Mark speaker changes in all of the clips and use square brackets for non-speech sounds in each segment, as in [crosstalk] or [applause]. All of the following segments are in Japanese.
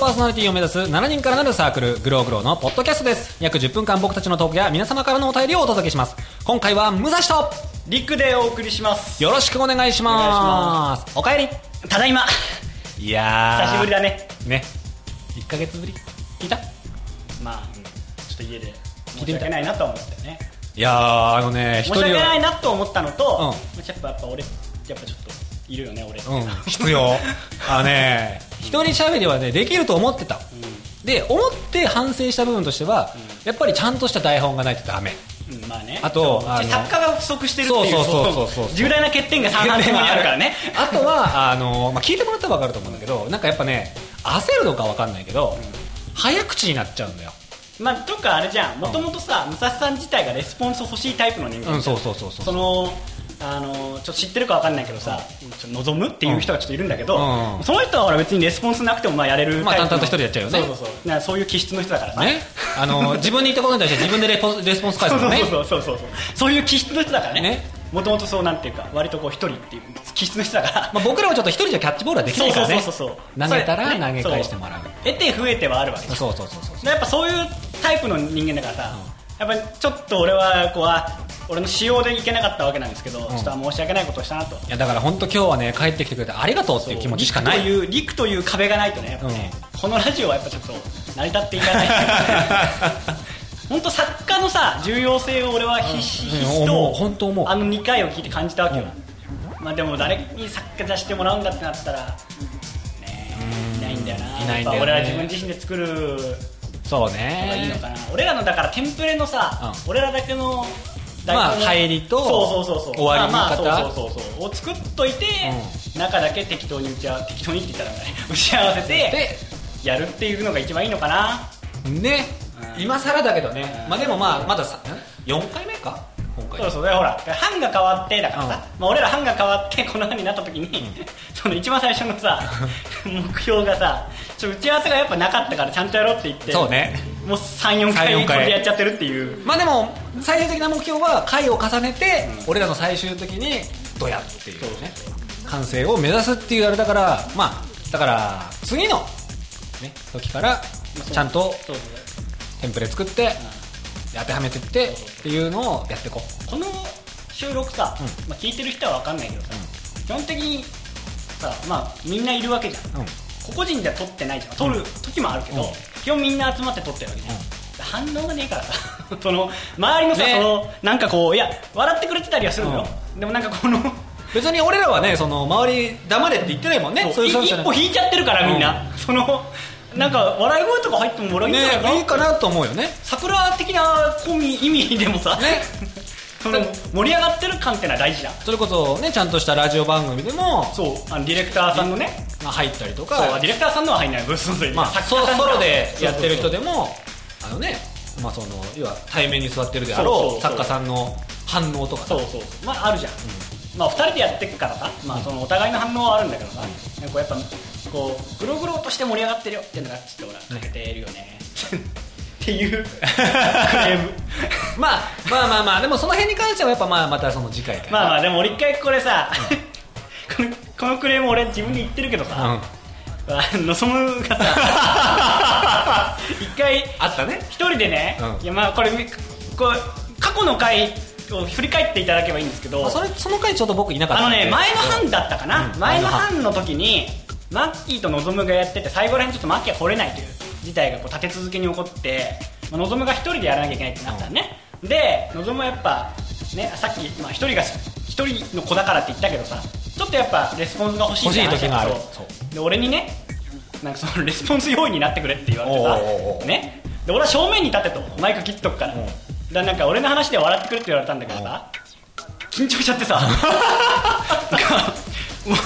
Speaker 1: パーソナリティを目指す7人からなるサークル、グローグローのポッドキャストです。約10分間僕たちのトークや皆様からのお便りをお届けします。今回は武蔵と、
Speaker 2: リックでお送りします
Speaker 1: よろしくお願いします。おかえ
Speaker 2: ただいま
Speaker 1: り。いやー。
Speaker 2: 久しぶりだね
Speaker 1: ね。1ヶ月ぶり聞いた
Speaker 2: まあ、うんちょっと家で
Speaker 1: 聞い
Speaker 2: 申
Speaker 1: て
Speaker 2: し
Speaker 1: みた
Speaker 2: 訳ないなとは思ったよね
Speaker 1: いやー、あのね、
Speaker 2: 申し訳ない
Speaker 1: は、
Speaker 2: なと思ったのと、やっぱやっぱ俺やっぱちょっといるよね俺、
Speaker 1: うん、必要。あのね、一人喋りはね、できると思ってた。で、思って反省した部分としては、やっぱりちゃんとした台本がないとダメ。
Speaker 2: うんうんまあね
Speaker 1: あと
Speaker 2: そう
Speaker 1: あの
Speaker 2: 作家が不足してるっていう
Speaker 1: そうそうそうそうそう
Speaker 2: [laughs] 重大な欠点が三半にあるからね
Speaker 1: あとはあの、まあ、聞いてもらったら分かると思うんだけどなんかやっぱね焦るのか分かんないけど、早口になっちゃうんだよ
Speaker 2: まあとかあれじゃんもともとさ武蔵さん自体がレスポンス欲しいタイプの人間じゃ
Speaker 1: うんそうそうそうそう
Speaker 2: そのあのちょっと知ってるかわかんないけどさ、ちょっと望むっていう人がちょっといるんだけど、
Speaker 1: うんうん
Speaker 2: その人はほら別にレスポンスなくてもまあやれるタイプの
Speaker 1: まあ淡々と一人でやっちゃうよね
Speaker 2: そうそうそうなそういう気質の人だからさ、
Speaker 1: ねあの自分に言ったことに対して自分でレポレスポンス返す
Speaker 2: そう
Speaker 1: のね
Speaker 2: そうそうそうそうそうそういう気質の人だから
Speaker 1: ね
Speaker 2: ねもともとそうなんていうか割とこう一人っていう気質の人だから、
Speaker 1: まあ、僕らはちょっと一人じゃキャッチボールはできな
Speaker 2: そう
Speaker 1: いか
Speaker 2: そ
Speaker 1: ら
Speaker 2: うそう
Speaker 1: ね
Speaker 2: そうそう
Speaker 1: 投げたら
Speaker 2: それね
Speaker 1: 投げ返してもらう
Speaker 2: そ得て増えてはあるわけ
Speaker 1: そうそうそうそう
Speaker 2: やっぱそういうタイプの人間だからさ、やっぱりちょっと俺はこうあ俺の仕様でいけなかったわけなんですけど、ちょっと申し訳ないことをしたなと
Speaker 1: いやだから本当今日はね帰ってきてくれてありがとうっていう気持ちしかない
Speaker 2: 陸という陸という壁がないとねやっぱね、このラジオはやっぱちょっと成り立って
Speaker 1: [laughs]
Speaker 2: いかない本当作家のさ重要性を俺はひしひ
Speaker 1: うん
Speaker 2: し
Speaker 1: 思う
Speaker 2: と
Speaker 1: 本当思う
Speaker 2: あの2回を聞いて感じたわけよ、まあでも誰に作家出してもらうんだってなったらねえいないんだよな
Speaker 1: うんいないんだよね
Speaker 2: やっぱ俺は自分自身で作るの
Speaker 1: そう
Speaker 2: がいい
Speaker 1: ね
Speaker 2: のかな、俺らのだからテンプレのさ、
Speaker 1: う
Speaker 2: 俺らだけの台
Speaker 1: まあ
Speaker 2: 本の
Speaker 1: 入りと
Speaker 2: そうそうそうそう
Speaker 1: 終わりの
Speaker 2: まあまあ
Speaker 1: 方
Speaker 2: そうそうそうそうを作っといて、中だけ適当に打ち合わせ適当にって言ったらね [laughs] 打ち合わせて
Speaker 1: で
Speaker 2: やるっていうのが一番いいのかな
Speaker 1: ね
Speaker 2: うん
Speaker 1: 今更だけどね
Speaker 2: うん
Speaker 1: まあでもまあまださん4回目か今回
Speaker 2: そうそうだからほら班が変わってだからさ、まあ、俺ら班が変わってこの班になった時に、その一番最初の
Speaker 1: [laughs]
Speaker 2: さ目標がさちょ打ち合わせがやっぱなかったからちゃんとやろうって言って
Speaker 1: そうね
Speaker 2: もう34回
Speaker 1: 3 4回
Speaker 2: これでやっちゃってるっていう
Speaker 1: まあでも最終的な目標は回を重ねて、俺らの最終的にドヤっていうね完成を目指すっていうあれだからまあだから次の、ね、時からちゃんと
Speaker 2: そうそう
Speaker 1: テンプレ作って当てはめてってっていうのをやっていこう
Speaker 2: この収録さ、まあ、聞いてる人は分かんないけどさ、基本的にさ、まあ、みんないるわけじゃん、
Speaker 1: うん
Speaker 2: 個々人では撮ってないじゃん撮る時もあるけど、
Speaker 1: うん
Speaker 2: 基本みんな集まって撮ってるわけじゃん、
Speaker 1: うん
Speaker 2: 反応がねえからさ [laughs] その周りのさ、
Speaker 1: ね
Speaker 2: そのなんかこういや笑ってくれてたりはするのよ、でもなんかこの
Speaker 1: 別に俺らはねその周り黙れって言ってないもんねそういう
Speaker 2: 一
Speaker 1: 人じゃな
Speaker 2: 一歩
Speaker 1: い
Speaker 2: 引いちゃってるからみんな、そのなんか笑い声とか入っても俺はいいんじゃないかな、
Speaker 1: ねいいかなと思うよね
Speaker 2: 桜的な込み意味でもさ、
Speaker 1: ね
Speaker 2: その盛り上がってる感ってのは大事じゃん
Speaker 1: それこそねちゃんとしたラジオ番組でも、
Speaker 2: そうあのディレクターさんのね
Speaker 1: まあ、入ったりと
Speaker 2: そう
Speaker 1: か
Speaker 2: ディレクターさんのは入んないブースの人
Speaker 1: まあ、ソソロでやってる人
Speaker 2: で
Speaker 1: でもあのね、まあ、その要は対面に座ってるであろう
Speaker 2: そうそうそう
Speaker 1: 作家さんの反応とかさ
Speaker 2: そうそうそうまああるじゃん、まあ2人でやってくからさ、まあ、そのお互いの反応はあるんだけどさ、なんかやっぱこうグログロとして盛り上がってるよっていうのがちょっとほら欠けてるよね [laughs] っていうクレー [laughs] ム
Speaker 1: まあ、まあまあまあでもその辺に関してはやっぱまあまたその次回か
Speaker 2: まあまあでも俺一回これさ、このこのクレーム俺自分に言ってるけど
Speaker 1: ら、うん
Speaker 2: さ、、あのそのがさ一回
Speaker 1: あったね
Speaker 2: 一人でね、
Speaker 1: うん
Speaker 2: いやまあこれみこう過去の回を振り返っていただければいいんですけど
Speaker 1: まあそれその回ちょっと僕いなかっ
Speaker 2: あ
Speaker 1: た
Speaker 2: の
Speaker 1: んで
Speaker 2: ね前の班だったかな、
Speaker 1: うん
Speaker 2: 前の班の時にマッキーとのぞむがやってて最後らへんちょっとマッキーが来れないという事態がこう立て続けに起こって、まあ、のぞむが一人でやらなきゃいけないってなったのね、でのぞむはやっぱねさっきまあ、一人が一人の子だからって言ったけどさちょっとやっぱレスポンスが欲しいって話
Speaker 1: 欲しい時がある
Speaker 2: そうで俺にねなんかそのレスポンス用意になってくれって言われてさ
Speaker 1: おうおうおう
Speaker 2: ねで俺は正面に立てとマイク切っとくから、
Speaker 1: うん
Speaker 2: だからなんか俺の話で笑ってくれって言われたんだけどさ、緊張しちゃってさ [laughs] なんかもう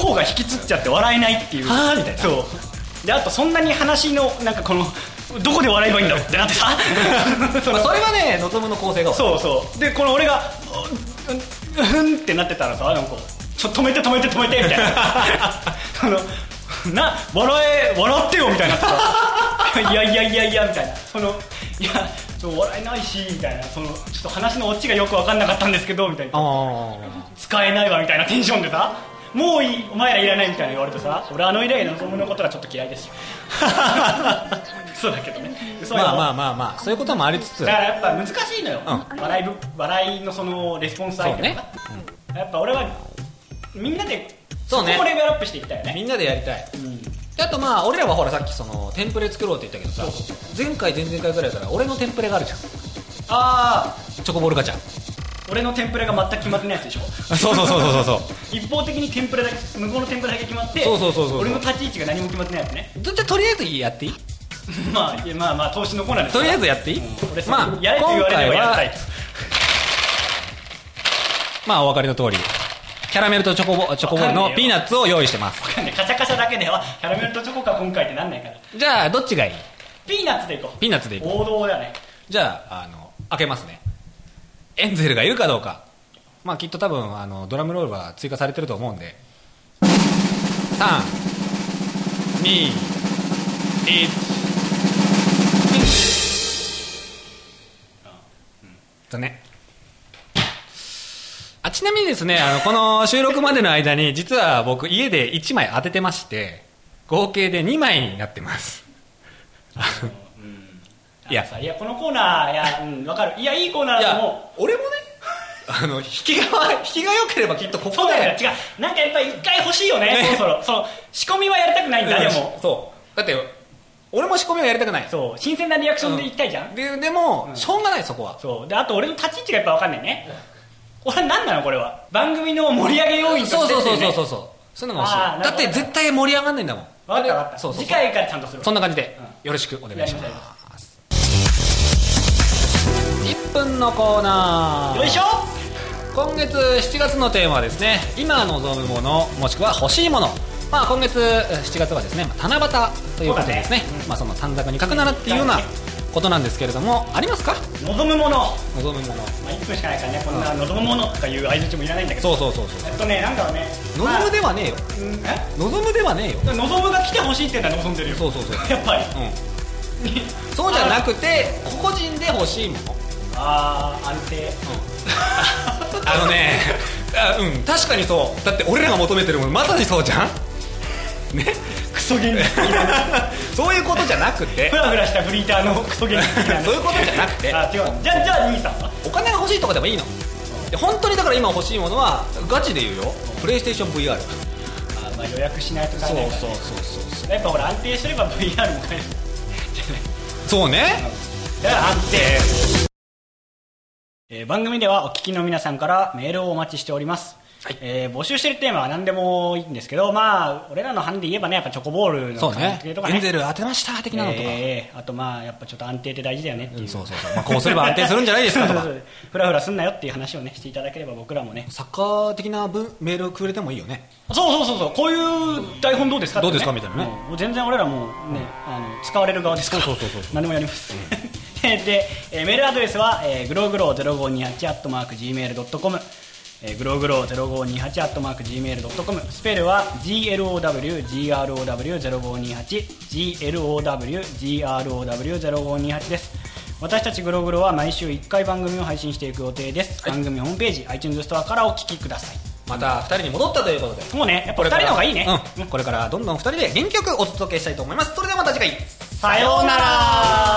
Speaker 2: 頬が引きつっちゃって笑えないっていう
Speaker 1: はぁみたいな
Speaker 2: そうであとそんなに話のなんかこのどこで笑えばいいんだろうってなってさそ
Speaker 1: ま
Speaker 2: の
Speaker 1: あ、それはね望むの構成が
Speaker 2: そうそうでこの俺がうんうんうんってなってたらさなんかちょ止めて止めて止めてみたいな [laughs] そのな笑え笑ってよみたいなさ [laughs] いやいやいやいやみたいなそのいやちょ笑えないしみたいなそのちょっと話のオチがよく分かんなかったんですけどみたいな
Speaker 1: あ
Speaker 2: 使えないわみたいなテンションでさもういいお前らいらないみたいな言われてさ俺あの以来のそのことがちょっと嫌いですよ [laughs] そうだけどね嘘よ
Speaker 1: まあまあまあまあそういうこともありつつ
Speaker 2: だからやっぱ難しいのよ、
Speaker 1: う
Speaker 2: 笑いぶ笑いのそのレスポンス相手とか、やっぱ俺はみんなで
Speaker 1: そうね
Speaker 2: こもレベルアップしていきたいよね
Speaker 1: みんなでやりたい
Speaker 2: うん
Speaker 1: であとまあ俺らはほらさっきそのテンプレ作ろうって言ったけどさ
Speaker 2: そうそ
Speaker 1: 前回前々回ぐらいから俺のテンプレがあるじゃんチ
Speaker 2: ああ
Speaker 1: ョコボールガチャ
Speaker 2: 俺のテンプレが全く決まってないやつでしょ
Speaker 1: そうそうそうそうそうそう
Speaker 2: 一方的にテンプレだけ向こうのテンプレだけ決まって
Speaker 1: そうそうそうそう
Speaker 2: 俺の立ち位置が何も決まってないやつね
Speaker 1: [laughs]
Speaker 2: [laughs]
Speaker 1: じゃあとりあえずやっていい
Speaker 2: まあいやまあまあ投資のコーナーです
Speaker 1: とりあえずやっていい、
Speaker 2: うん俺
Speaker 1: ま
Speaker 2: ま
Speaker 1: あ
Speaker 2: あやれと言われればやりたいと
Speaker 1: まあお分かりの通りキャラメルとチョコボチョコボールのピーナッツを用意してます
Speaker 2: わかんないカチャカチャだけではキャラメルとチョコか今回ってなんないから
Speaker 1: じゃあどっちがいい
Speaker 2: ピーナッツでいこう
Speaker 1: ピーナッツでいこ
Speaker 2: 王道だね
Speaker 1: じゃああの開けますねエンゼルがいるかどうかまあきっと多分あのドラムロールは追加されてると思うんで321だねあちなみにですねあのこの収録までの間に実は僕家で1枚当ててまして合計で2枚になってますいや
Speaker 2: あのさいやこのコーナーいやうんわかるいやいいコーナー
Speaker 1: い
Speaker 2: だ
Speaker 1: や
Speaker 2: と思
Speaker 1: 俺もねあの引きが引きが良ければきっとこ
Speaker 2: う
Speaker 1: こ
Speaker 2: そうだよ
Speaker 1: で
Speaker 2: 違うなんかやっぱ一回欲しいよねそろそろその仕込みはやりたくないんだでも
Speaker 1: そうだって俺も仕込みはやりたくない
Speaker 2: そう新鮮なリアクションでいきたいじゃん
Speaker 1: ででも、
Speaker 2: うん
Speaker 1: しょうがないそこは
Speaker 2: そうであと俺の立ち位置がやっぱ分かんないねこれ何なのこれは番組の盛り上げ要因と
Speaker 1: そう
Speaker 2: して
Speaker 1: そうそうそう
Speaker 2: う
Speaker 1: そうそうそういうのが
Speaker 2: あ
Speaker 1: 欲し
Speaker 2: ーないる
Speaker 1: だっ
Speaker 2: ほど
Speaker 1: て絶対盛り上がんないんだもん
Speaker 2: 分かった分かった
Speaker 1: そうそうそう
Speaker 2: 次回からちゃんとする
Speaker 1: そんな感じで、
Speaker 2: う
Speaker 1: よろしくお願いし
Speaker 2: やりま
Speaker 1: ます1分のコーナー
Speaker 2: よいしょ
Speaker 1: 今月7月のテーマはですね今望むものもしくは欲しいものまあ今月えー7月はですねまあ七夕ということでですね
Speaker 2: そうだねうん
Speaker 1: まあその短冊に書くならっていうような
Speaker 2: そうだね
Speaker 1: ことなんですけれどもありますか
Speaker 2: 望むもの、ま
Speaker 1: 望むもの
Speaker 2: あ、1分しかないからねこんな望むものとかいう相槌もいらないんだけど
Speaker 1: そうそうそうそう
Speaker 2: えっとねなんだろうね
Speaker 1: 望むではねえよ
Speaker 2: まあうんえ
Speaker 1: 望むではねえよ
Speaker 2: 望むが来てほしいってのは望んでるよ
Speaker 1: そうそうそう
Speaker 2: やっぱり
Speaker 1: うんそうじゃなくて個人で欲しいもの
Speaker 2: ああ安定
Speaker 1: あのねあうん確かにそうだって俺らが求めてるものまさにそうじゃん [laughs] ね
Speaker 2: クソ現実的な
Speaker 1: そういうことじゃなくて [laughs]
Speaker 2: フラフラしたフリーターのクソ現実的な
Speaker 1: そういうことじゃなくて
Speaker 2: あ違うじゃあじゃあ兄さんは
Speaker 1: お金が欲しいとかでもいいので本当にだから今欲しいものはガチで言うよプレイステーション VR
Speaker 2: あまあ予約しないとダメだからね
Speaker 1: そうそう
Speaker 2: やっぱほら安定すれば VR も買える
Speaker 1: そうね
Speaker 2: だから安定、えー番組ではお聞きの皆さんからメールをお待ちしております、
Speaker 1: はい
Speaker 2: えー募集してるテーマは何でもいいんですけどまあ俺らの範で言えばねやっぱチョコボールの
Speaker 1: そう
Speaker 2: 関
Speaker 1: ね
Speaker 2: 係とか
Speaker 1: エ
Speaker 2: ね
Speaker 1: ンゼル当てました的なのとか、
Speaker 2: えーあとまあやっぱちょっと安定って大事だよねっていう、
Speaker 1: うんそうそうそうまあこうすれば安定するんじゃないですかとか
Speaker 2: [laughs] そうそうそうフラフラすんなよっていう話をねしていただければ僕らもね
Speaker 1: サッカー的な文メールくれてもいいよね
Speaker 2: そうそうそうそうこういう台本どうですか
Speaker 1: どうですかみたいなね
Speaker 2: うん全然俺らもうね、あの使われる側ですから
Speaker 1: そうそうそうそう
Speaker 2: 何でもやります、 [laughs] で、えーメールアドレスは、えー、グログロ0528アットマーク Gmail.com えーグログロ0528アットマーク Gmail.com スペルは GLOWGROW0528GLOWGROW0528 です私たちグログロは毎週1回番組を配信していく予定です、番組ホームページ iTunes ストアからお聞きください
Speaker 1: また2人に戻ったということで
Speaker 2: もうねやっぱ2人の方がいいね、
Speaker 1: うんこれからどんどん2人で元気よくお届けしたいと思いますそれではまた次回
Speaker 2: さようなら